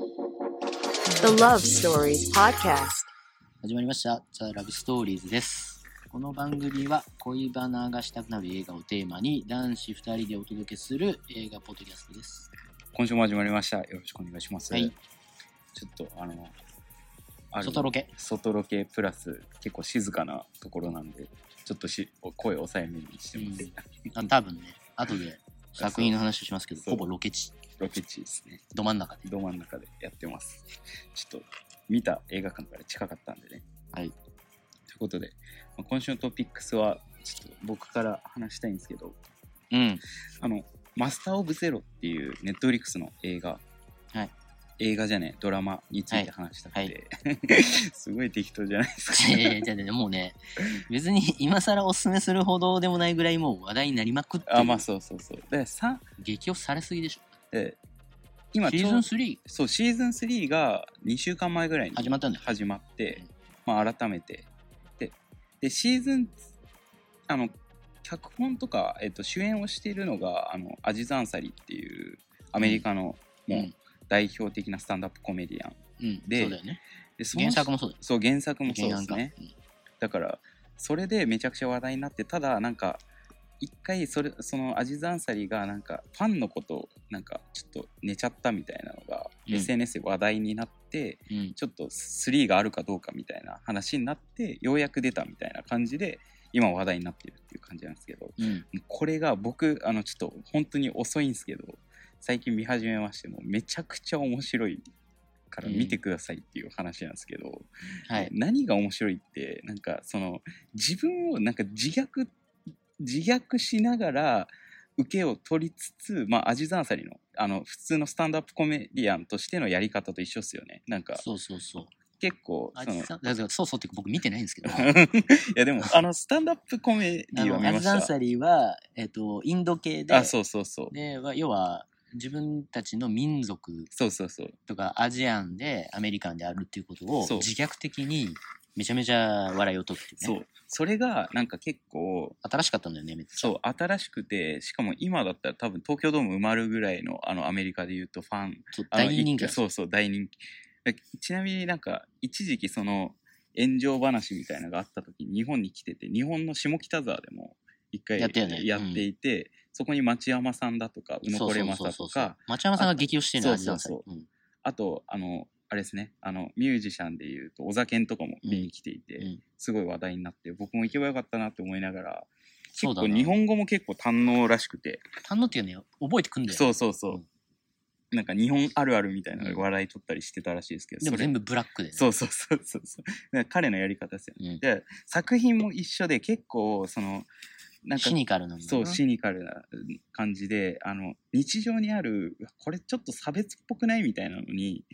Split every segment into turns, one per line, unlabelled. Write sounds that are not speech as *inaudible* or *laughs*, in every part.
The Love Stories Podcast.
始まりました「ザ・ラブストーリーズ」ですこの番組は恋バナがしたくなる映画をテーマに男子2人でお届けする映画ポッドキャストです
今週も始まりました。よろしくお願いします。
はい
ちょっと、あの、あ
外ロケ
外ロケプラス、結構静かなところなんで、ちょっとし声抑えめにしてます。
うんあ多分ね後で作品の話をしますけど
そう
ほぼロケ地
ロケ地ですね。
ど真ん中で
ど真ん中でやってます。ちょっと、見た映画館から近かったんでね。
はい
ということで、まあ今週のトピックスは、ちょっと僕から話したいんですけど、
うん
あの、マスター・オブ・ゼロっていうネットフリックスの映画、
はい
映画じゃねえ、ドラマについて話したくて、
はい
*laughs* すごい適当じゃないですか。
えー、じゃあねもうね別に今更おすすめするほどでもないぐらいもう話題になりまくってる
あ、まあそうそうそう。で、さ
激推しされすぎでしょ
で今
シー
ちょう
ズン3
そう、シーズン3が2週間前ぐらいに
始まったんだよ
始まっ
う
て
ん、
まあ改めて。で、でシーズン、あの、脚本とか、えっと、主演をしているのが、あの、アジザンサリっていうアメリカの、もう
うん
代表的なスタンダップコメディアン。
うん
で
そうだよね
でその
原作もそうだよ
そう原作もそう
原
で
案
す
か
ねだからそれでめちゃくちゃ話題になってただなんか一回それそのアジザンサリがなんかファンのことをなんかちょっと寝ちゃったみたいなのが、
うん
SNS で話題になって
うんうん
ちょっと3があるかどうかみたいな話になってようやく出たみたいな感じで今話題になってるっていう感じなんですけど
うん
これが僕あのちょっと本当に遅いんですけど最近見始めましてもうめちゃくちゃ面白いから見てくださいっていう話なんですけど、
はい
何が面白いってなんかその自分をなんか自虐自虐しながら受けを取りつつ、まあ、アジザンサリのあの普通のスタンドアップコメディアンとしてのやり方と一緒っすよねなんか
そうそうそう
結構
ア
そ
ジ
のい
さんだからそうそうっていうか僕見てないんです
*laughs*
けど
やでもあのスタンドアップコメデ
あ
ィ
の
は見
ア
ま
ジ
し
ザン
た
サリーは、えっとインド系で
あそうそうそう
でわ要は自分たちの民族
そうそうそう
とかアジアンでアメリカンであるっていうことを
そう
自虐的にめちゃめちゃ笑いを取るっていう
そ
ね
うそれがなんか結構
新しかったんだよねめっちゃ
そう新しくてしかも今だったら多分東京ドーム埋まるぐらいのあのアメリカでいうとファン
そう
あの
大人気だ
いそうそう大人気だちなみになんか一時期その炎上話みたいなのがあった時日本に来てて日本の下北沢でも一回
やったよね
やっていて、そこに町山さんだとか宇野
そう
こ
そ
れ
う
ま
そう
さ
そ
と
うそう
か
町山さんが激推してるの
あ
アジザンサリー
そう
うん
あとあのあれですねあのミュージシャンでいうと小酒んとかも見に来ていて、
うん
すごい話題になって僕も行けばよかったなって思いながら
そう
結
だな
構日本語も結構堪能らしくて
反応っていうね覚えてくんだよ
そうそうそう、
うん
なんか日本あるあるみたいなので笑い取ったりしてたらしいですけど、
でも
それ
全部ブラックでね
そうそうそうそうそう *laughs* だから彼のやり方ですよね
うん
で作品も一緒で結構そのなんか
シニカルなんだな
そうシニカルな感じであの日常にあるうわこれちょっと差別っぽくないみたいなのに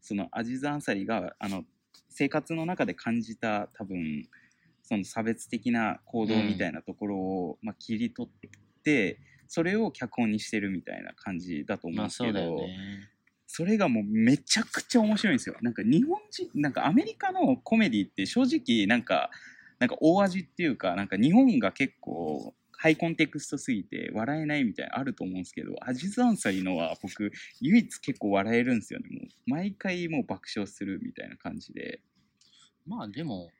そのアジズ・アンサリがあの生活の中で感じた多分その差別的な行動みたいなところを、まあ、切り取ってそれを脚本にしてるみたいな感じだと思うん
まあ
です
そ
け
うだ
ど、
よね
それがもうめちゃくちゃ面白いんですよ。なんか日本人、なんかアメリカのコメディって正直なんか、なんか大味っていうか、なんか日本が結構ハイコンテクストすぎて笑えないみたいなのあると思うんですけど、アジズアンサリのは僕唯一結構笑えるんですよね。もう毎回もう爆笑するみたいな感じで。
まあでも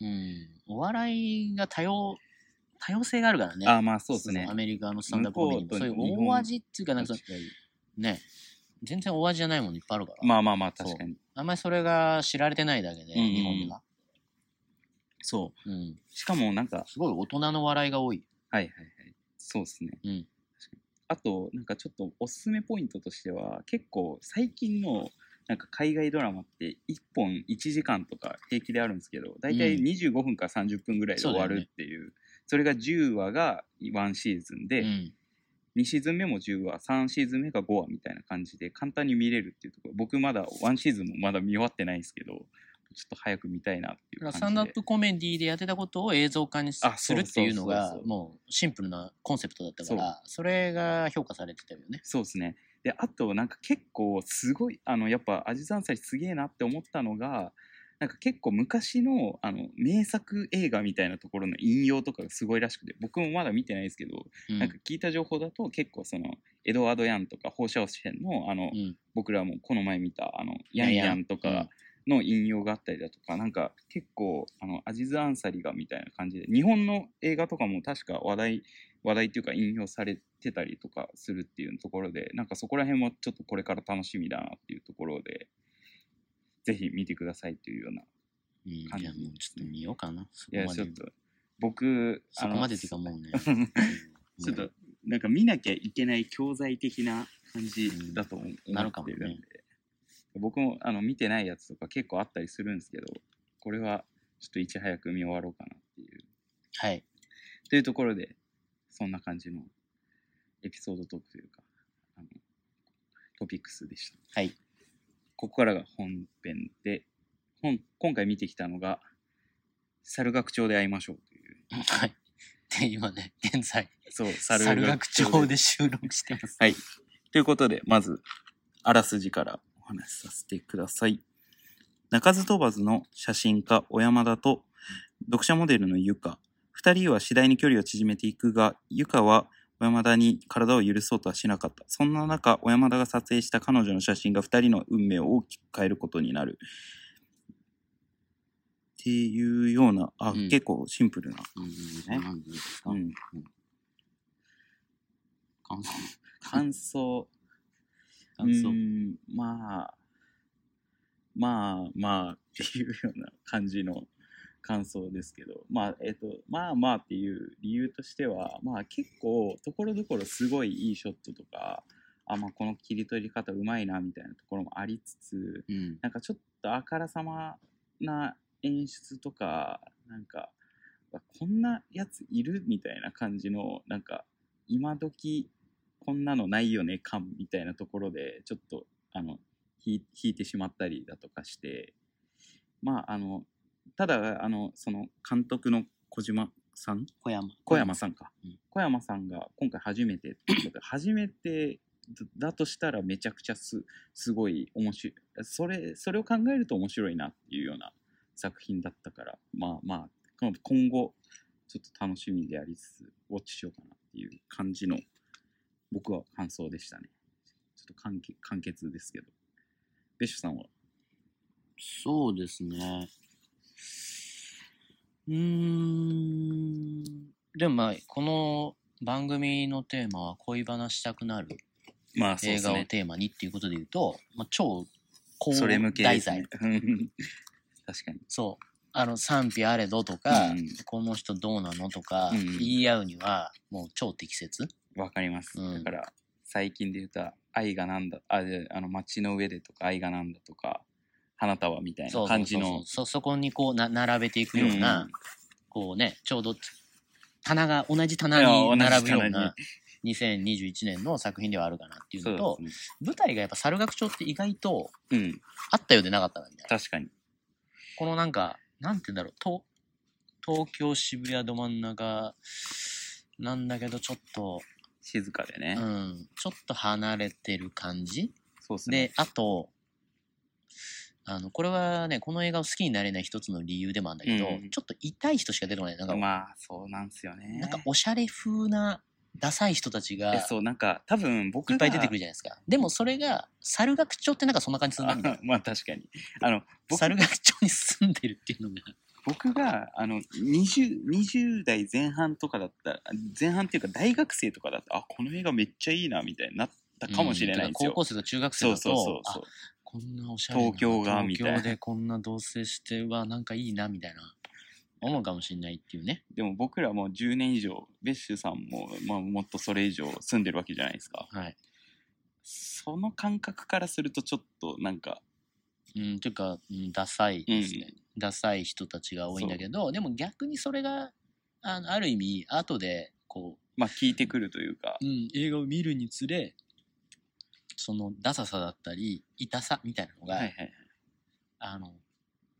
うんお笑いが多様多様性があるからね
ああまあそうですね
ア。メリカのスタンダップコメディも
向こ
そ
う
う
と
い
日本
う大味っていうかなんかその
確かに
ね全然大味じゃないものいっぱいあるから、
まあまあまあ確かに。
あんまりそれが知られてないだけで、
うんうん
日本では、
そう
うん、
しかもなんか、
すごい大人の笑いが多い、
はいはいはい。そうですね。
うん、
あと、なんかちょっとおすすめポイントとしては、結構最近のなんか海外ドラマって1本1時間とか平気であるんですけど、大体
うん
25分から30分ぐらいで
そう
終
だよ
わ
ね
るっていう、それが10話が1シーズンで、
うん、
2シーズン目も10話、3シーズン目が5話みたいな感じで簡単に見れるっていうところ、僕まだ1シーズンもまだ見終わってないんですけど、ちょっと早く見たいなっていう
だから
感じで。
スタンダップコメディでやってたことを映像化にす
あ
するっていうの
そう
が
そうそうそう
もうシンプルなコンセプトだったからそれが評価されてたよね
そうですね。であとなんか結構すごいあのやっぱアジサンサリすげえなって思ったのがなんか結構昔のあの名作映画みたいなところの引用とかがすごいらしくて僕もまだ見てないですけど、
うん
なんか聞いた情報だと結構そのエドワード・ヤンとか放射線のあの、
うん
僕らもこの前見たあのヤンヤンとかの引用があったりだとか、なんか結構あのアジズ・アンサリがみたいな感じで日本の映画とかも確か話題話題っていうか引用されてたりとかするっていうところでなんかそこら辺もちょっとこれから楽しみだなっていうところでぜひ見てくださいというような
うんい
感じ
やもうちょっと見ようかな。そ
い
こ
や
ま
ち
で
ょっ。と僕
そこまでっていうか
あの
もうね。
ちょっとなんか見なきゃいけない教材的な感じだと思
んなる
っ
かも
て
ね
るんで、僕もあの見てないやつとか結構あったりするんですけどこれはちょっといち早く見終わろうかなっていう
はい。
というところでそんな感じのエピソードトークというかあのトピックスでした
はい。
ここからが本編で本今回見てきたのが「猿楽町で会いましょう」という
はい。で、今ね、現在、
そう猿
猿楽町で収録してます。
はい。ということで、まず、あらすじからお話しさせてください。鳴かず飛ばずの写真家、小山田と、読者モデルのゆか。二人は次第に距離を縮めていくが、ゆかは小山田に体を許そうとはしなかった。そんな中、小山田が撮影した彼女の写真が二人の運命を大きく変えることになる。っていうような、あ、
うん
結構シンプルな。
うんうんなんでですか
うん
感想
感想。
感想
うーんまあまあまあっていうような感じの感想ですけどまあえっ、とまあまあっていう理由としてはまあ結構ところどころすごいいいショットとかあまあこの切り取り方うまいなみたいなところもありつつ
うん。
なんかちょっとあからさまな演出とかなんかこんなやついるみたいな感じのなんか今時こんなのないよね感みたいなところでちょっとあのひ引いてしまったりだとかしてまああのただあのその監督の小島さん
小山。
小山さんか、
うん
小山さんが今回初めてってことで初めてだだとしたらめちゃくちゃすすごい面白いそれそれを考えると面白いなっていうような作品だったからまあまあ今後ちょっと楽しみでありつつウォッチしようかなっていう感じの僕は感想でしたねちょっと簡潔簡潔ですけどベッシュさんは
そうですね。うーん。でもまあ、この番組のテーマは恋バナしたくなる
まあ
映画をテーマにっていうことで言うと、まあ、超高
それ向けで
題
すね
材。
うん確かに
そう。あの、賛否あれどとか、
うん
この人どうなのとか、
うんう
言
ん
い合うには、もう超適切。
わかります、
うん
だから最近で言うと「愛がなんだ」あであの「街の上で」とか「愛がなんだ」とか「花束」みたい
そ
な
うそう
感
そ
じ
うそ
の
う。そ、そこにこうな、並べていくような、
うん
こうね、ちょうど、棚が、同じ棚
いや
に
同じ棚
並
に
ぶような、2021年の作品ではあるかなっていうのと、
そうです
舞台がやっぱ猿楽町って意外と、
ねうん
あったようでなかったなみたいな。
確かに
このなんか、なんて言うんだろう、と東京渋谷ど真ん中なんだけど、ちょっと、
静かでね、
うん、ちょっと離れてる感じ
そうですね
で、あと、あの、これはね、この映画を好きになれない一つの理由でもあるんだけど、
うん
ちょっと痛い人しか出てこない。なんか、
まあそうなんですよね
なんかおしゃれ風な、ダサい人たちが、
え
い
そうなんか多分僕が
っぱい出てくるじゃないですか。でもそれが、猿楽町ってなんかそんな感じするなみたい
あ *laughs* まあ確かにあの
な。
僕
猿楽町に住んでるっていうのが。
僕があの 20, 20代前半とかだった前半っていうか大学生とかだったらあこの映画めっちゃいいなみたいになった *laughs* かもしれないんですよ、
うんだから高校生と中学生
そ
だ
う
と、
そうそう
あ
そう
こんなおしゃれな
東京がみたいな
東京でこんな同棲してうわなんかいいなみたいな思うかもしれないっていうね
でも僕らもう10年以上ベッシュさんも、まあ、もっとそれ以上住んでるわけじゃないですか
はい
その感覚からするとちょっとなんか
うんというか、うん、ダサいですね、ダサい人たちが多いんだけどでも逆にそれがあのある意味後でこ
まあ聞いてくるというか
う、うん、映画を見るにつれそのダサさだったり痛さみたいなのが、
はいはい
あの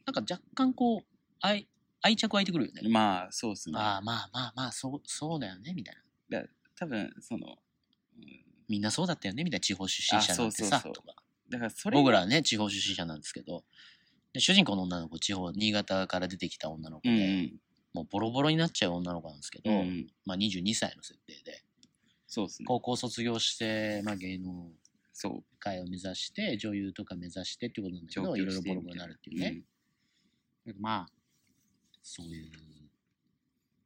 なんか若干こう愛愛着湧いてくるよね、
まあそうですね
ああまあまあまあそうそうだよねみたいな
多分その、うん
みんなそうだったよねみたいな地方出身者なんてさ
あそうそ
と
うそう
か
だからそれ
僕らはね地方出身者なんですけどで主人公の女の子、地方、新潟から出てきた女の子
う
で、
んうん
もうボロボロになっちゃう女の子なんですけど、
うんうん
まあ22歳の設定で、
そうですね
高校卒業して、まあ芸能
そう
界を目指して、女優とか目指してっていうことなんだけ
上
ど、いろ
京
いろ
して
ボ
み
ロボロ
た
になるっていう
な
ね。だけどまあ、そういう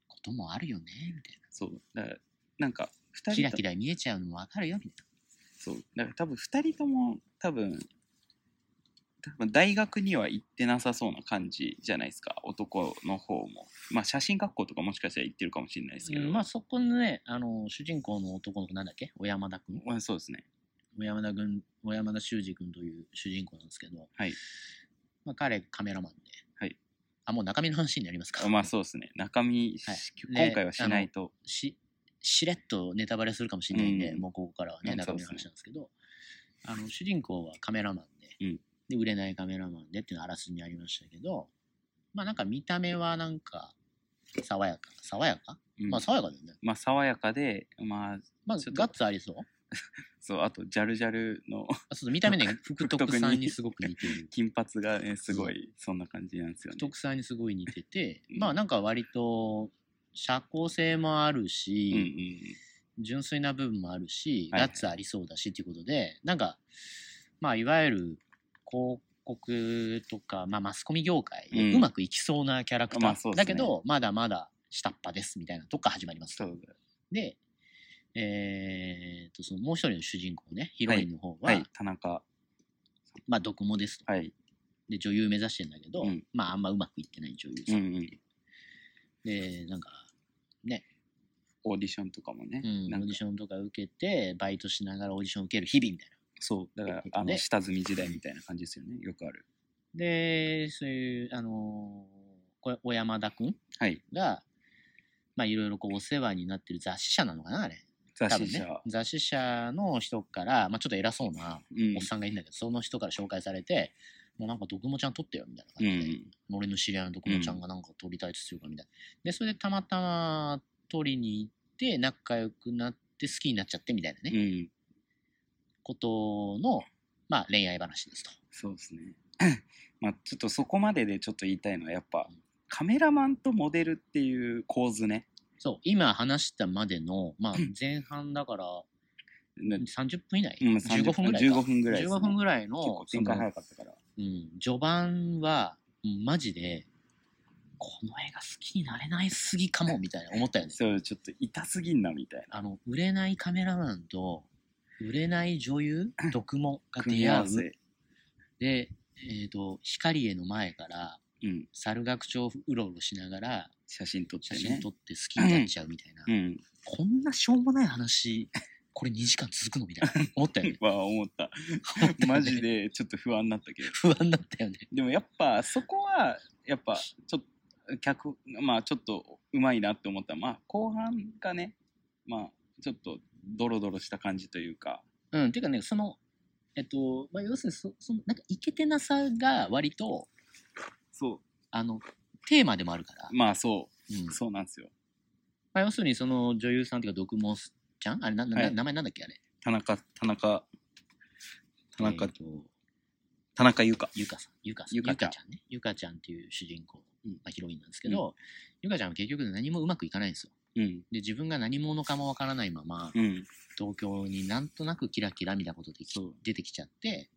こともあるよね、みたいな。
そうだからなんか2人
キ
と
ラキラ見えちゃうのもわかるよ、みたい
そうだから多分2人とも多分多分大学には行ってなさそうな感じじゃないですか男の方もまあ写真学校とかもしかしたら行ってるかもしれないですけ
な。
ど、
うんまあそこのね、あの、主人公の男の子なんだっけ小山田くん
まあそうですね
小山田君、小山田修二君という主人公なんですけど、
はい
まあ、彼カメラマンで、
はい
あ、もう中身の話になりますか。
あまあそうですね中身、
はい
今回はしないと
ししれっとネタバレするかもしれないんで、
うん
もうここからは
う
ね、
ん
中身の話なんですけど、あの主人公はカメラマンで,、
うん
で、売れないカメラマンでっていうのはあらすじにありましたけど、まあなんか見た目はなんか、爽やか。爽やか、
うん
まあ爽やかだよね。
まあ爽やかでまあ
まあ
ちょっと
ガッツありそう。
そうあとジャルジャルの *laughs*
あそうそう見た目ね、福徳さんにすごく似てる。
金髪が、ね、すごいそんな感じなんですよね
特産にすごい似てて、
うん
まあなんか割と社交性もある
うんうんう
し、
ん
純粋な部分もあるし、
はいは
ガ
い
ッツありそうだしっていうことでなんかまあいわゆる広告とか、まあ、マスコミ業界で
うん
うまくいきそうなキャラクタ
ま
ー、
あそうですね
だけどまだまだ下っ端ですみたいなとこから始まります
そうだ
でえーっとそのもう一人の主人公ねヒロインの方は、
はい田中
まあ毒もですと、
はい
で女優目指してんだけど、
うん
まああんまうまくいってない女優
う
さ
ん
ん、
うん
でなんか
オーディションとかもね、
うん、
な
オーデ
ん
ィ
か
ションとか受けてバイトしながらオーディション受ける日々みたいな
そうだから
ということ
あ
で
の下積み時代みたいな感じですよねよくある
でそういうあのーこれ小山田君
はい
がまあいろいろこうお世話になってる雑誌社なのかなあれ
雑
多
誌
分
社、
ね雑誌社の人から、まあ、ちょっと偉そうな
うん
おっさんがいるんだけど、その人から紹介されてもうなんか毒もちゃん撮ってよみたいな
うんう
感じで、
ん
俺の知り合いの毒もちゃんがなんか撮りたいって言うからみたいなでそれでたまたま撮りに行って仲良くなって好きになっちゃってみたいなね、
うん
ことの、まあ、恋愛話ですと。
そうですね *coughs* まあちょっとそこまででちょっと言いたいのはやっぱカメラマンとモデルっていう構図ね
そう、今話したまでの、まあ、前半だから
ね
30分以内、
うん
15分ぐらいか
15分ぐらいですね
15分ぐらい
結
の
構展開
その
早かったから
うん、序盤は、うんマジで、この映画好きになれないすぎかも、みたいな思ったよね。
そうちょっと痛すぎんなみたいな
あの、売れないカメラマンと、売れない女優、毒もが
組み
出
合
会
わ
う。
せ
で、えっ、と、光栄の前から、
うん
猿学長をうろうろしながら、
写真撮って
写
ね
真撮って好きになっちゃうみたいな。
うん。
こんなしょうもない話、これ2時間続くのみたいな。思ったよね
は思
*laughs*
った
思ったよね
*laughs* マジ。でちょっと不安になったけど
*laughs* 不安だったよね。
でもやっぱそこはやっぱちょっと客まあちょっとうまいなって思ったまあ後半がねまあちょっとドロドロした感じというか
うん、ていうかね、その、えっと、まあ、要するにそ、その、なんか、イケてなさが割と、
そ
あの、テーマでもあるから。
まあそ
うん
うそうなんですよ
まあ、要するに、その、女優さんっていうか、毒モスちゃんあれ、な、な、
はい
名前なんだっけあれ。
田中田中田中、
えっと、
田中優香
ゆかさん。ゆかさん。ゆ
ゆ
か
かち
ち
ゃ
ゃ
ん
んね。ゆかちゃんっていう主人公、
うん
まあ、ヒロインなんですけど、ゆかちゃんは結局何もうまくいかないんですよ。
うん
で、自分が何者かもわからないまま、
うん
東京になんとなくキラキラ見たことでき
そう
出てきちゃって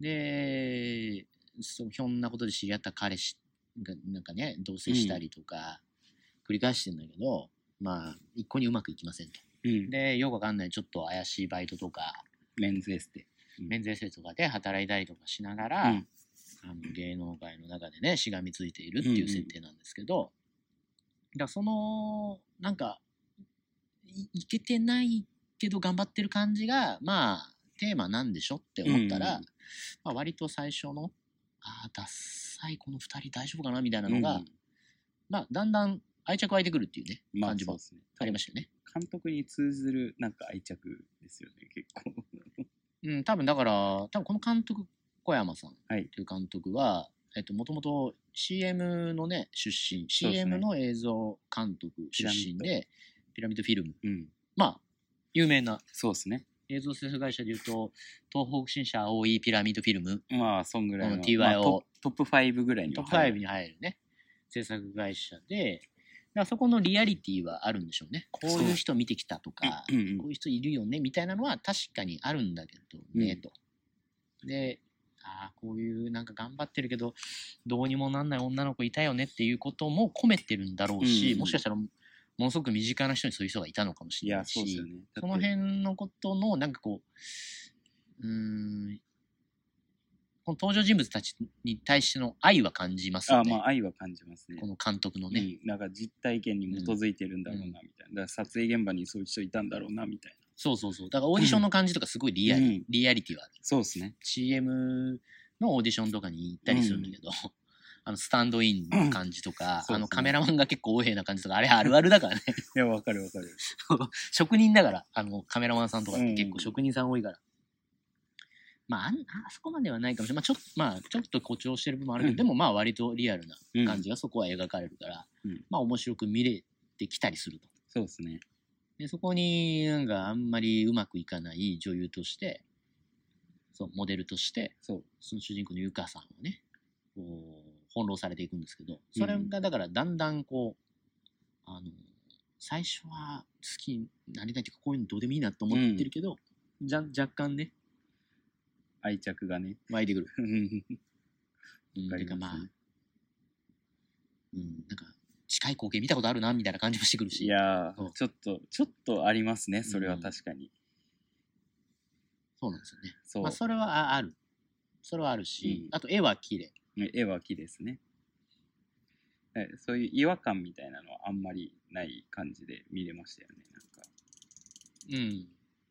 でそうひょんなことで知り合った彼氏がなんかね同棲したりとか、繰り返してんだけどまあ一向にうまくいきませんと
うん
でよくわかんないちょっと怪しいバイトとか
メンズエステ
免税制とかで働いたりとかしながら、
うん
あの芸能界の中でねしがみついているっていう設定なんですけど、だからそのなんかいいけてないけど頑張ってる感じがまあテーマなんでしょって思ったら、
うん
まあ、割と最初の「ああダッサいこの2人大丈夫かな」みたいなのが、
うん
まあ、だんだん愛着湧いてくるっていうね
まあ
感じ
そう
も
ですね
ありましたよね。
監督に通ずるなんか愛着ですよね結構
うん、多分だから、多分この監督、小山さんと
はい
いう監督は、えっと、もともと CM のね、出身、
うですね
CM の映像監督出身で、ピラミッドフィルム、
うん
まあ、有名な
そうですね
映像制作会社でいうと、東北新社、OE、ピラミッドフィルム、
まあ、そんぐらいの。
うん TYO
まあトップトップ5ぐらいに
ト
は
ップ5
る
に入るね、制作会社で、だからそこのリアリティはあるんでしょうね。こういう人見てきたとか、
うんうんうん
こういう人いるよね、みたいなのは確かにあるんだけどね、
うん
と。で、ああ、こういうなんか頑張ってるけど、どうにもなんない女の子いたよねっていうことも込めてるんだろう
うん
し、
うん
もしかしたら、ものすごく身近な人にそういう人がいたのかもし
い
れな
や、
い
そ
し、
うですよね。だって
その辺のことの、なんかこう、うーん、この登場人物たちに対しての愛は感じますよ
あ
ね。
まあ、愛は感じますね
こ。の監督の
う
ね。
んなんか実体験に基づいてるんだろうな、みたいな。だから撮影現場にそういう人いたんだろうな、みたいな。
そうそうそう。だからオーディションの感じとかすごいリアリ,、
うん
リアリティはある。
そうですね。
CM のオーディションとかに行ったりするんだけど、 *laughs* あのスタンドインの感じとか、
うん
あ
そうです
の
ね
カメラマンが結構横柄な感じとか、あれあるあるだ
*laughs*
からね。
いや、わかるわかる。
職人だから、あの、カメラマンさんとかって
う
結
ん
構職人さん多いから。まあ、あんあそこまではないかもしれない。まあ、ちょっと、まあ、ちょっと誇張してる部分もあるけど、
うん
でもまあ、割とリアルな
うん
感じがそこは描かれるから、
うん
まあ、面白く見れてきたりすると。
そうですね。
で、そこになんかあんまりうまくいかない女優として、そう、モデルとして、
そう。
その主人公のゆかさんをね、こう、翻弄されていくんですけど、それがだからだんだんこう、あの、最初は好きになりたいというか、こういうのどうでもいいなと思ってるけど、じゃ若干ね、
愛着がね。
湧いてくる。
うん
うん、
わか
て
り
かまあ
ま、すね
うん、なんか、近い光景見たことあるな、みたいな感じもしてくるし。
いや
そう
ー、ちょっと、ちょっとありますね、それは確かに。
そうなんですよね。
そう
まあ、。それはあある。それはあるし、
うん
あと絵は綺麗。
絵は木ですね。はいそういう違和感みたいなのはあんまりない感じで見れましたよね。なんか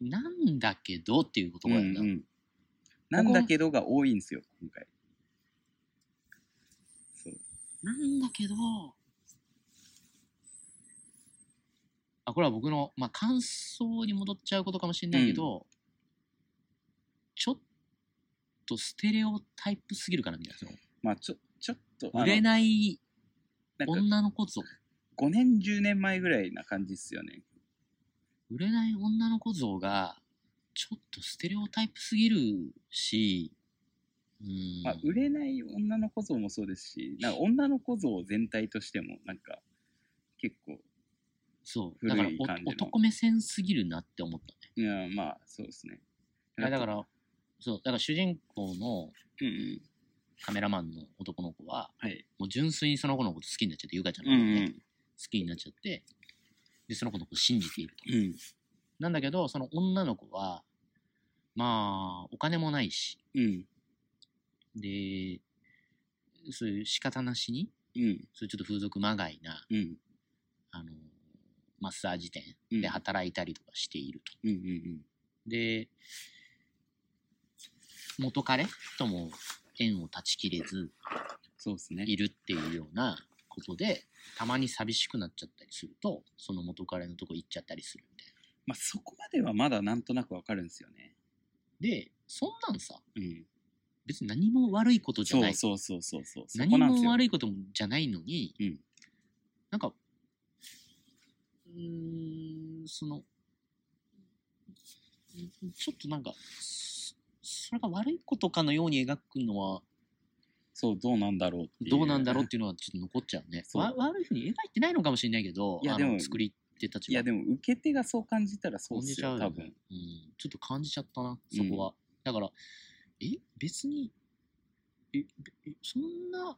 うん。なんだけどっていうことがあるな。
うんうんなんだけどが多いんですよ、今回。そう。
なんだけど、あ、これは僕の、まあ、感想に戻っちゃうことかもしれないけど、ちょっとステレオタイプすぎるかな、みたいな。そ
まあ、ちょ、ちょっと、
の売れ
い。
ない
なんか
女の子像。
5年、10年前ぐらいな感じっすよね。
売れない女の子像が、ちょっとステレオタイプすぎるし、うん。
まあ、売れない女の子像もそうですし、なんか女の子像全体としても、なんか、結構、
そう。だから
古い感じの
お、男目線すぎるなって思ったね。
いやまあ、そうですね。
いやだから、そう、だから主人公の
うんうん。
カメラマンの男の子は、
はい。
もう純粋にその子のこと好きになっちゃって、ゆかちゃん
う
の
ん
こと
う
ね、
ん。
好きになっちゃって、で、その子のことを信じていると。
うん。
なんだけど、その女の子は、まあ、お金もないし、
うん。
で、そういう仕方なしに、
うん。
そういうちょっと風俗まがいな、
うん。
あの、マッサージ店
うん
で働いたりとかしていると。
うんうん
で、元彼とも縁を断ち切れず
そうですね。
いるっていうようなことで、たまに寂しくなっちゃったりすると、その元彼のとこ行っちゃったりするみたいな。
まあ、そこまではまだなんとなくわかるんですよね。
で、そんなんさ、
うん。
別に何も悪いことじゃ
そ
な
う
い。
そうそうそうそう。そ
何
こなんです
も
よ。
悪いことじゃないのに、
うん
なんか、うーん、その、ちょっとなんか、そそれが悪いことかのように描くのは、
そう、どうなんだろうっていう。
どうなんだろうっていうのはちょっと残っちゃうね。
そう
わ悪いふうに描いてないのかもしれないけど、
いや
あ
で
の
も
作り手たち
いや、で
も、
も、受け手がそう感じたらそう
感
っ
じ
す
ちゃ
よ、
う
多
よねう
分。
ん。ちょっと感じちゃったな、そこは。だから、え、別に、え、えそんな、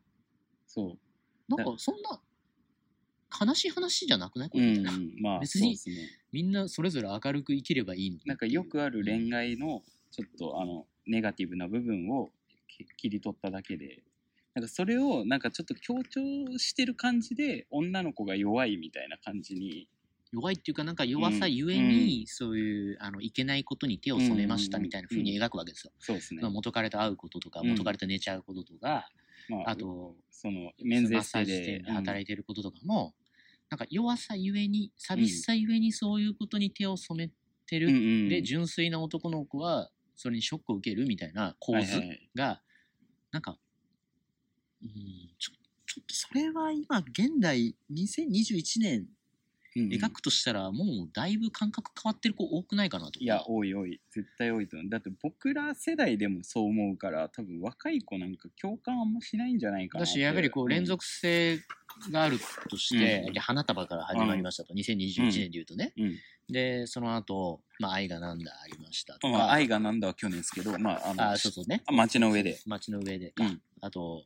そ
なんかそんな悲しい話じゃなくないこ
う。う
れ、
ん
みたいな。
まあ、
別
そう
に
ですね。
*laughs* みんなそれぞれ明るく生きればいいのに
なんか、よくある恋愛の、ちょっと、あの、ネガティブな部分をき切り取っただけで、なんか、それを、なんか、ちょっと強調してる感じで、女の子が弱いみたいな感じに、
弱いっていうかなんか弱さゆえ
う
にそういうあのいけないことに手を染めましたみたいな風に描くわけですよ。
そうですね
まあ。元彼と会うこととか
うん
元彼と寝ちゃうこととか、
ま
あ、と
その、免
マ
税
ッ
し
サー
て
ジ
で
店で働いてることとかも、なんか弱さゆえに寂しさゆえにそういうことに手を染めて
うん
る、
うん
で純粋な男の子はそれにショックを受けるみたいな構図。
はいはい
が、なんか、うん、ちょ、ちょっとそれは今、現代、2021年
ううん
描くとしたらもうだいぶ感覚変わってる子多くないかなと
いや多い多い絶対多いと思うだって僕ら世代でもそう思うから多分若い子なんか共感あんましないんじゃないかな
だ
っ
し
て
やっぱりこう連続性があるとして、
うん
で花束から始まりましたと、2021年でいうとね、
うん
でその後、まあ愛がなんだありましたと
ま
か、
あまあ愛がなんだは去年ですけどまああの
あそうそうね
あ街の上で
街の上でか、
うん
あと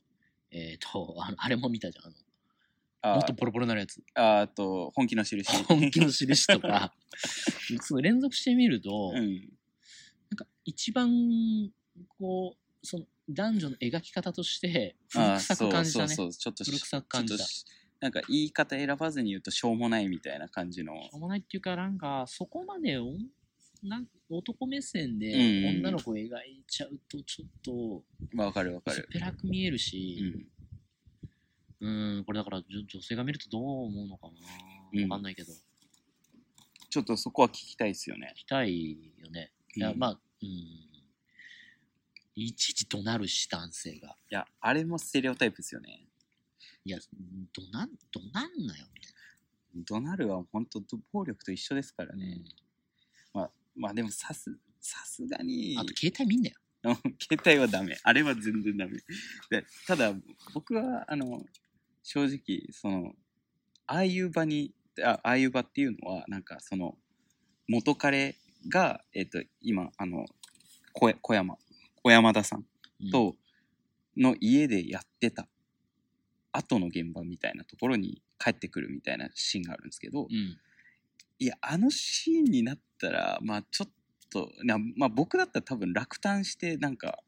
えっ、とあのあれも見たじゃんあの
あ
もっとボロボロになるやつ
ああと本気の
*laughs*
印
本気の印と
*laughs*
かその連続してみると、
うん
なんか一番こうその男女の描き方として古
あ
臭く感じたね
そうそうそうちょっとし
古臭く感じた
ちょっとしなんか言い方選ばずに言うとしょうもないみたいな感じの
しょうもないっていうかなんかそこまでおんなん男目線で
うんうん
女の子を描いちゃうとちょっと
わかるわか
薄っ
る、
ぺらく見える
う
し
ん、
うんこれだからじょ女性が見るとどう思うのか
う
なんわかんないけど、
ちょっとそこは聞きたいですよね
期待よねいや、
うん
まあうんいちいち怒鳴るし男性が
いやあれもステレオタイプですよね
いや怒鳴怒鳴んなよみたい
ドナルは本当暴力と一緒ですから
な、
ね、まあでもさすさすがに
あと携帯見んなよ
うん携帯はダメあれは全然ダメでただ僕はあの正直そのああいう場にあああいう場っていうのはなんかその元彼が、えっと今あの小や小山小山田さん
うん
との家でやってた後の現場みたいなところに帰ってくるみたいなシーンがあるんですけ
う
ど、
ん
いやあのシーンになったらまあちょっとな、まあ、僕だったら多分落胆してなんか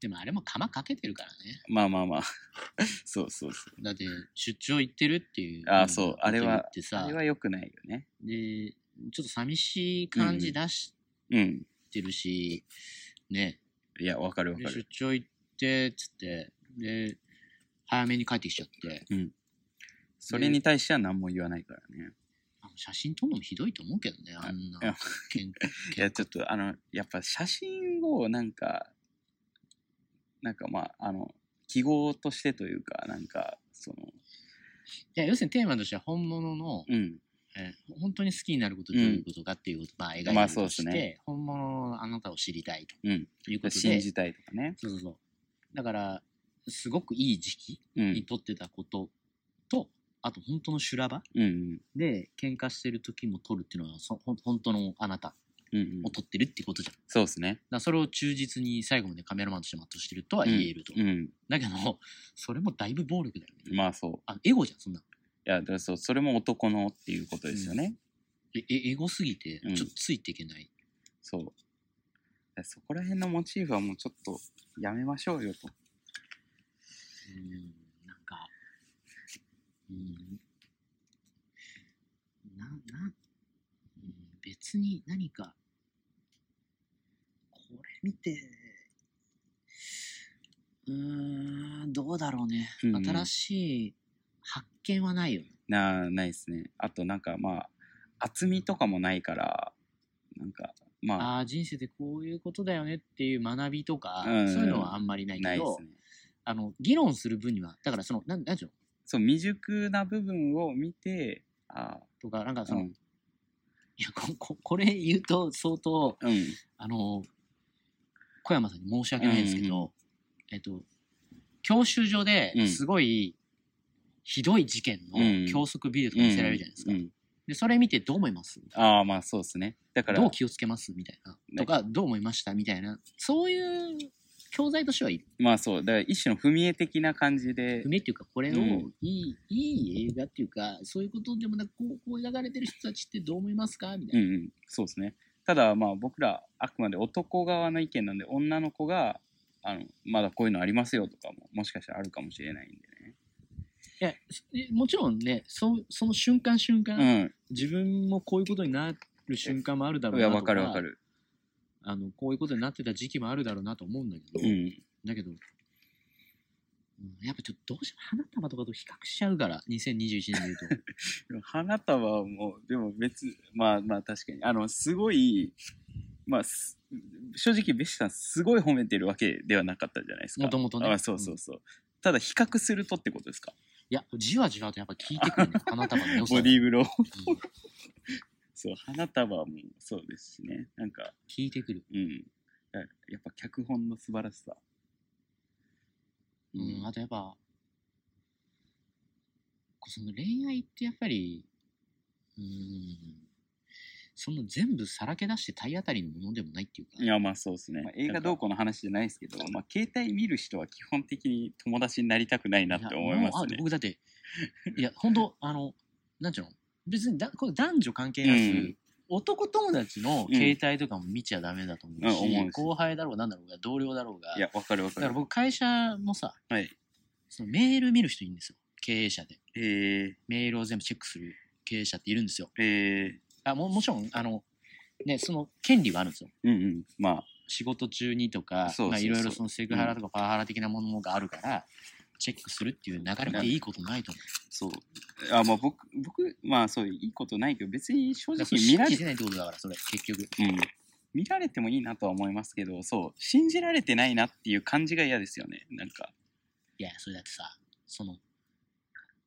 でもあれも釜かけてるからね
まあまあまあ *laughs* そうそうそう
だって出張行ってるっていう
あーそうあれは
こと言ってさ
あれは良くないよね
でちょっと寂しい感じ出し
うん
てるし、ね
いやわかるわ
で
か
出
る
張行ってっつってで早めに帰ってきちゃって
それに対しては何も言わないからね
あの写真撮るのもひどいと思うけどねあん
いや
なけん
*laughs* いやちょっとあのやっぱ写真をなんかなんかまああの記号としてというかなんかその
いや要するにテーマとしては本物の、
うん
えー本当に好きになることどういうことかっていうことを、まあ、描いて
まあ
る
そう
と
っす
して、
ね
本物のあなたを知りたいと
うん
いうことで、
信じたいとかね
そうそうそうだからすごくいい時期
うん
に撮ってたことと、あと本当の修羅場
うんうん
で喧嘩してる時も撮るっていうのはそほん本当のあなた
うんうん
を撮ってるってことじゃん、だか
そうですね
らそれを忠実に最後までカメラマンとして全うしてるとは言えると、
うん
だけどそれもだいぶ暴力だよね、
まあそう
あエゴじゃんそんない
やだからそうそれも男のっていうことですよね、
ええエゴすぎて
うん
ちょっとついていけない、
そうだからそこら辺のモチーフはもうちょっとやめましょうよと
うんなんか、うん、な、な、うん、別に何か、これ見て、うーん、どうだろうね。
うんうん
新しい発見はないよね。
なないですねあとなんかまあ厚みとかもないからなんかまあ
ああー、人生でこういうことだよねっていう学びとか、
うん
そういうのはあんまりない
な
け
いで
ど
す、ね
あの、議論する分には、だからその、なん、なんていうの
そう未熟な部分を見てあ
とか、なんか
う
その、
ん
いやこ、 *laughs* ここれ言うと相当、
うん
あの、小山さんに申し訳ないんですけど、えっと、教習所で
うん
すごいひどい事件
うん
の教則ビデオとか
うん
見せられるじゃないですか。
うん
で、それ見てどう思います
ああまあそうですねだから
どう気をつけますみたいな。
ね
とか、どう思いましたみたいな。そういう教材としてはいい。
まあそうだから一種の踏み絵的な感じで
不明っていうか、これを
う
い
ん
い、いい映画っていうか、そういうことでもなく、こう、こう描かれてる人たちってどう思いますかみた
う
い
ん
な。
うん、そうですね。ただまあ僕らあくまで男側の意見なんで女の子があのまだこういうのありますよとかももしかしたらあるかもしれないん
いや、もちろんね、そうその瞬間瞬間、
でね。
自分もこういうことになる瞬間もあるだ
う
ろ
ん。
う
い
な
や
とか
わかるわかる。
あのこういうことになってた時期もあるだろうなと思うんだけど、
うん。
だけど、うんやっぱちょっとどうしても花束とかと比較しちゃうから2021年で言う
でも花束はもうでも別まあまあ確かにあのすごいまあす正直ベシさんすごい *laughs* 褒めてるわけではなかったじゃないです
と
か。
もともとね
あそうそうそう。ただ比較するとってことですか。
いや、じわじわとやっぱ聞いてくるね。花束の良さが。
ボディーブロー。
うん
そう、花束もそうですしね。なんか、
聞いてくる。
うん。ややっぱ脚本の素晴らしさ。
うん、あとやっぱ、その恋愛ってやっぱり、うん、その全部さらけ出して体当たりのものでもないっていうか、
いや、まあそうですね。
まあ
映画どうこうの話じゃないですけど、まあ携帯見る人は基本的に友達になりたくないなって思い
や
ま
もう
す
あ
ね。
僕だって、いや、本
*laughs*
当あの、なんちゅうの、別にだこれ男女関係なく、
うん
男友達の携帯とかも見ちゃダメだと思うし、
うんうん思うし
後輩だろうがなんだろうが同僚だろうが
いや、わかるわ
だ
か
から
る。
僕会社もさ、
はい
そのメール見る人いるんですよ経営者で
えー、
メールを全部チェックする経営者っているんですよ
えー、
あももちろんあの、ね、その権利はあるんですよ
うんうん。まあ、
仕事中にとか
そうそうそう
まあいろいろそのセクハラとかパワハラ的なものがあるから、チェックするっていう流れっていいことないと思う。
そう。あ、まあ僕、僕、まあそう、いいことないけど、別に正
だから
直
それ信
見られ
じてないってことだから、それ、結局。
うん、見られてもいいなとは思いますけどそう信じられてないなっていう感じが嫌ですよねなんか
いや、それだってさ、その、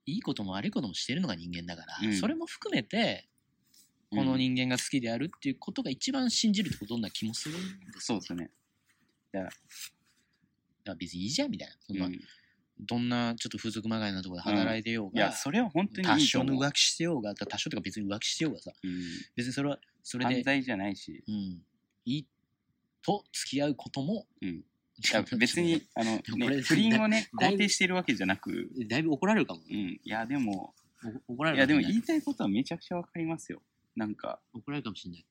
いいことも悪いこともしてるのが人間だから、
うん
それも含めて、
うん
この人間が好きであるっていうことが一番信じるってことな気もするんです
そうですね、
だから別にいいじゃんみたいな。そ
うんん
な、
い
どんなちょっと風俗まがいなところで働いてようが、
やそれは本当に
多
いいと
少の
思う、
浮気してようが、多少とか別に浮気してようがさ、
う
別にそれは、そ
ん、
れ
犯
で、
罪じゃないし
うん、いいと付き合うことも、
うん
*laughs*
い
ち
い
ょ
や
っと
別に。あの、
これ
ね、不倫
*laughs*
をね
だい
肯定してるわけじゃなく、
だいぶ怒られるかも
う。ん、いやでも
お怒ら
い
れ
や
る
で
かもしれ
も
ない。
言いたいことはめちゃくちゃわかりますよなんか
怒られるかもしれない。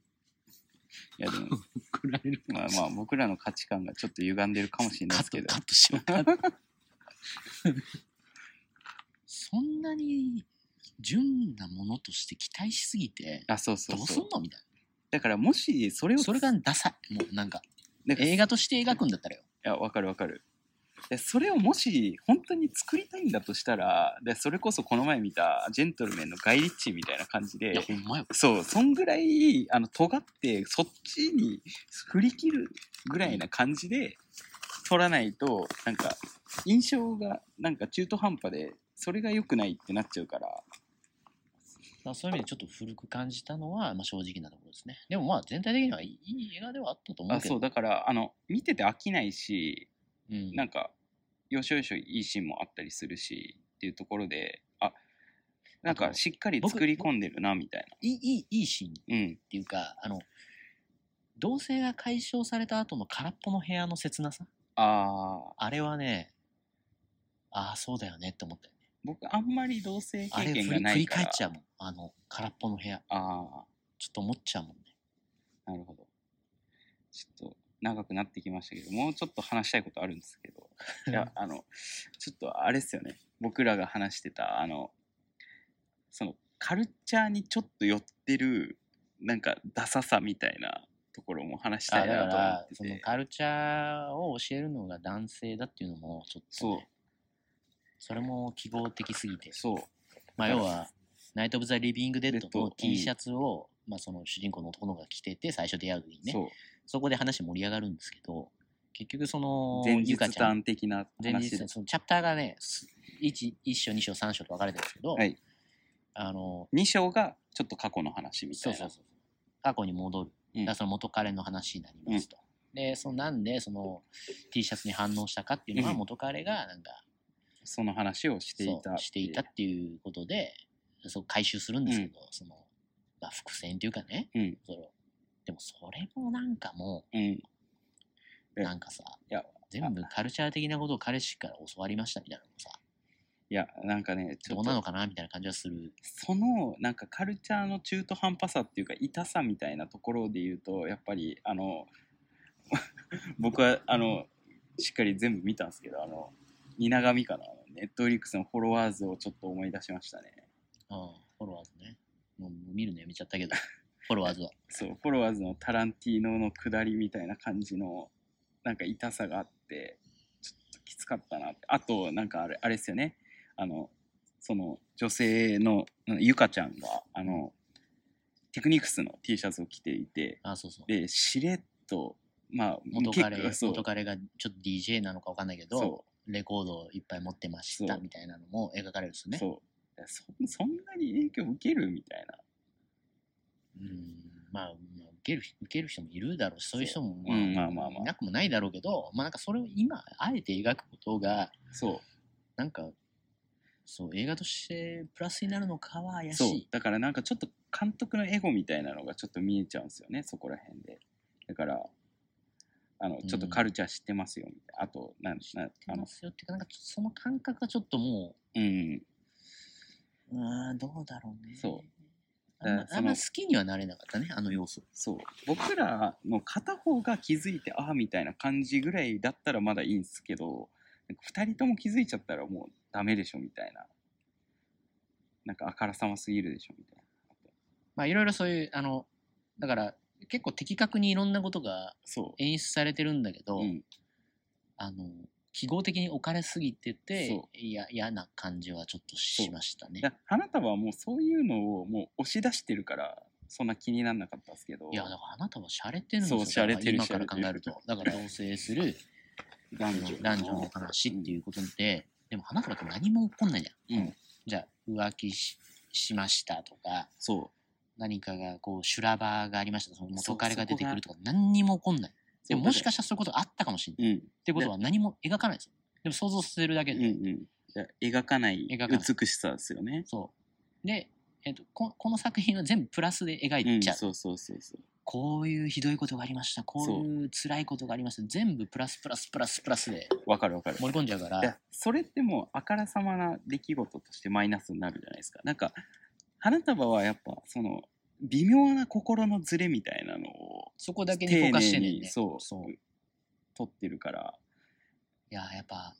いやでも
怒られるか
まあ
もしれ
ま
ない。
あ僕らの価値観がちょっと歪んでるかもしれないですけど
カットカットしようカットそんなに純なものとして期待しすぎて、
あそう
ど
そう
う
そ
す
うん
のみたい
だからもしそれを
な。それがダサい。もうなんか、
なんか
映画として描くんだったらよ。
いや、わかるわかる。でそれをもし本当に作りたいんだとしたらでそれこそこの前見た「ジェントルメン」のガイ・リッチーみたいな感じ
いや、
で
ほんまよ。
そうそんぐらいあの尖ってそっちに振り切るぐらいな感じで撮らないとなんか印象がなんか中途半端でそれが良くないってなっちゃうから
まあ、そういう意味でちょっと古く感じたのは、まあ、正直なところですね。でもまあ全体的にはいいいい映画ではあったと思う
あ
けど。
そうだからあの見てて飽きないし
うん、
なんかよしよしいいシーンもあったりするしっていうところであなん
あ
か
の
しっかり作り込んでるなみたい
いいいいいいシーンっ
なうん
ていうか、あの、同性が解消された後の空っぽの部屋の切なさ。
あー
あれはね、ああ、そうだよねって思ったよね。
僕あんまり同性
あ
経
れ
験
振
が
り、
な
振
い
り
から
返っちゃうもん。あの、空っぽの部屋。
あ
ちょっと思っちゃうもんね。
あなるほどちょっと長くなってきましたけどもうちょっと話したいことあるんですけ *laughs* どいやあのちょっとあれですよね僕らが話してたあのそのカルチャーにちょっと寄ってるなんかダサさみたいなところも話した
あ
い
だか
なと思
ら
っ、て
その
て
カルチャーを教えるのが男性だっていうのも、ちょっと、
そう
ね、それも記号的すぎて。
そう
まあ、
だ
要
から
は、ナイト・オブ・ザ・リビング・デッド
デッ
の
ド
T シャツを、まあ、その主人公の男の子が着てて、最初出会う時にね、
そう
そこで話盛り上がるんですけど、結局その、
前日
ゆかちゃん
談的な
前
話
日
で
そのチャプターがねす 1, 1章2章3章と分かれてるんですけど、
はい
あの
2章がちょっと過去の話みた
そ
いうな
そうそう過去に戻る、
うん
だからその元彼の話になりますと、でそのなんでその T シャツに反応したかっていうのは
うん
元彼がなんか、
その話をしてい
そう
た
していたっていうことでそう回収するんですけど、その、まあ、伏線というかね
うん
そのでもそれもなんかも
うん
う
え
なんかさ
や
全部カルチャー的なことを彼氏から教わりましたみたいなのもさ
いやなんかねち
ど
ょ
う
っ
なの
と
かなみたいな感じはする
そのなんかカルチャーの中途半端さっていうか痛さみたいなところで言うとやっぱりあの *laughs* 僕はあのしっかり全部見たんですけどあの蜷上かなネットフリックスのフォロワーズをちょっと思い出しましたね
ああ、フォロワーズね。もう見るのやめちゃったけど、 *laughs* フォロワーズは。
そうフォロワーズのタランティーノの下りみたいな感じのなんか痛さがあってちょっときつかったなってあとなんかあれあれですよねあのその女性のうんゆかちゃんがあのテクニクスの T シャツを着ていて
ああ、そうそう。
でしれっとまあ
元
結
彼
構そう
元彼がちょっと DJ なのかわかんないけど、
そ
レコードをいっぱい持ってましたみたいなのも描かれるんですよね。
そうだからそそんなに影響受けるみたいな
うんまあ、まあ受ける人受ける人もいるだろうしそういう人も、
そううんまあまあまあ
いなくもないだろうけど、まあ、なんかそれを今あえて描くことが
そう
なんかそう映画としてプラスになるのかは怪し
そう
い。
だからなんかちょっと監督のエゴみたいなのがちょっと見えちゃうんですよねそこら辺でだからあの
うん
ちょっとカルチャー知ってますよみたいな、あとなんなあ
ま
の
すよっていうかなんかその感覚がちょっとも
うん
ううんどうだろうね
そう
あんま
だから
あんま
そ
好きにはなれなかったねあの要素
そう僕らの片方が気づいてああみたいな感じぐらいだったらまだいいんですけどなんか2人とも気づいちゃったらもうダメでしょみたいななんかあからさますぎるでしょみたいな
まあいろいろそういうあのだから結構的確にいろんなことが
そ
演出されてるんだけ
う
ど、
うん
あの記号的に置かれすぎてて
そ
いや嫌な感じはちょっとしましたね
だから花束はもうそういうのをもう押し出してるからそんな気になんなかったですけど
いやだからあなたは洒落てるんです
そ
よ
う洒落てる
だから今から
洒
考え
落
る
てる
とだから同棲する
男女
男女の話っていうことで、でも花束って何も起こんないじゃん、
うん
じゃあ浮気ししましたとか
そう
何かがこう修羅場がありましたとかその元彼が出てくるとか何にも起こんないで
そう
ももしかしたらそういうことがあったかもしれない
うん
ってことは何も描かないですよでも想像するだけ
う
で、
んうんだから描かない
描かない
美しさですよね
そうで、えっとここの作品は全部プラスで描いちゃう、
ん、そうそうそうそう
こういうひどいことがありましたこういう辛いことがありました全部プラスプラスプラスプラスで
わかるわかる
盛り込んじゃうか
い
ら
やそれってもうあからさまな出来事としてマイナスになるじゃないですかなんか花束はやっぱその微妙な心のズレみたいなのを
そこだけに
丁
フォー
寧
カスしてんねん
に
ね
そう
そうい
撮ってるから
ややっぱ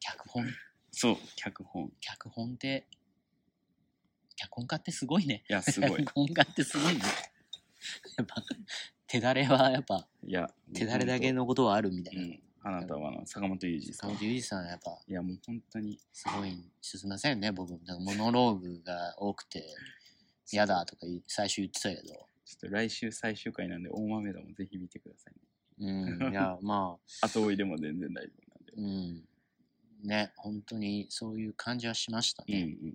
脚本
そう脚本い
脚本って脚本家ってすごいね
やす
*laughs*
ごい
脚本家ってすごいねやっぱ手だれはやっぱ
いや
手だれだけのことはあるみたいうな、
ん花束の坂本裕二さ
坂
んい
本龍一さんはやっぱ
やもう本当に
すごいすみませんね僕なんかモノローグが多くて嫌だとか言い最初言ってたけど
ちょっと来週最終回なんで大豆田もぜひ見てください、ね、 *laughs*
うんいやまあ
後追いでも全然大丈夫なんで
うんね本当にそういう感じはしました
うんう
ね、
ん。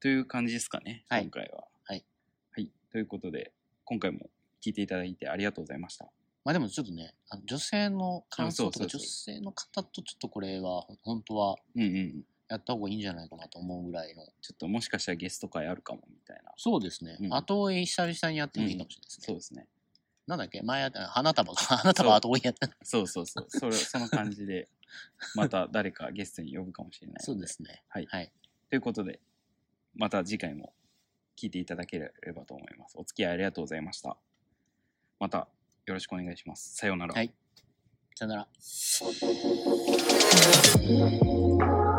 という感じですかね、
はい
今回は。
はい。
はい。ということで、今回も聞いていただいてありがとうございました。
まあでもちょっとねあの女性の感想と
う
か
ん
女
そうそう
性の方とちょっとこれはほ本当は
うんうん。
やった方がいいんじゃないかなと思うぐらいの
ちょっともしかしたらゲスト会あるかもみたいな。
そうですね、
うん
後追い久々にやってもいいかもしれないですね、
そうですね。
なんだっけ前やった花束か *laughs* 花束後追いやった
そうそうそう。それその感じで、また誰かゲストに呼ぶかもしれない。
*laughs* そうですね
はい
はい、
ということで、また次回も聞いていただければと思います。お付き合いありがとうございました。またよろしくお願いします。さようなら。
はいさよなら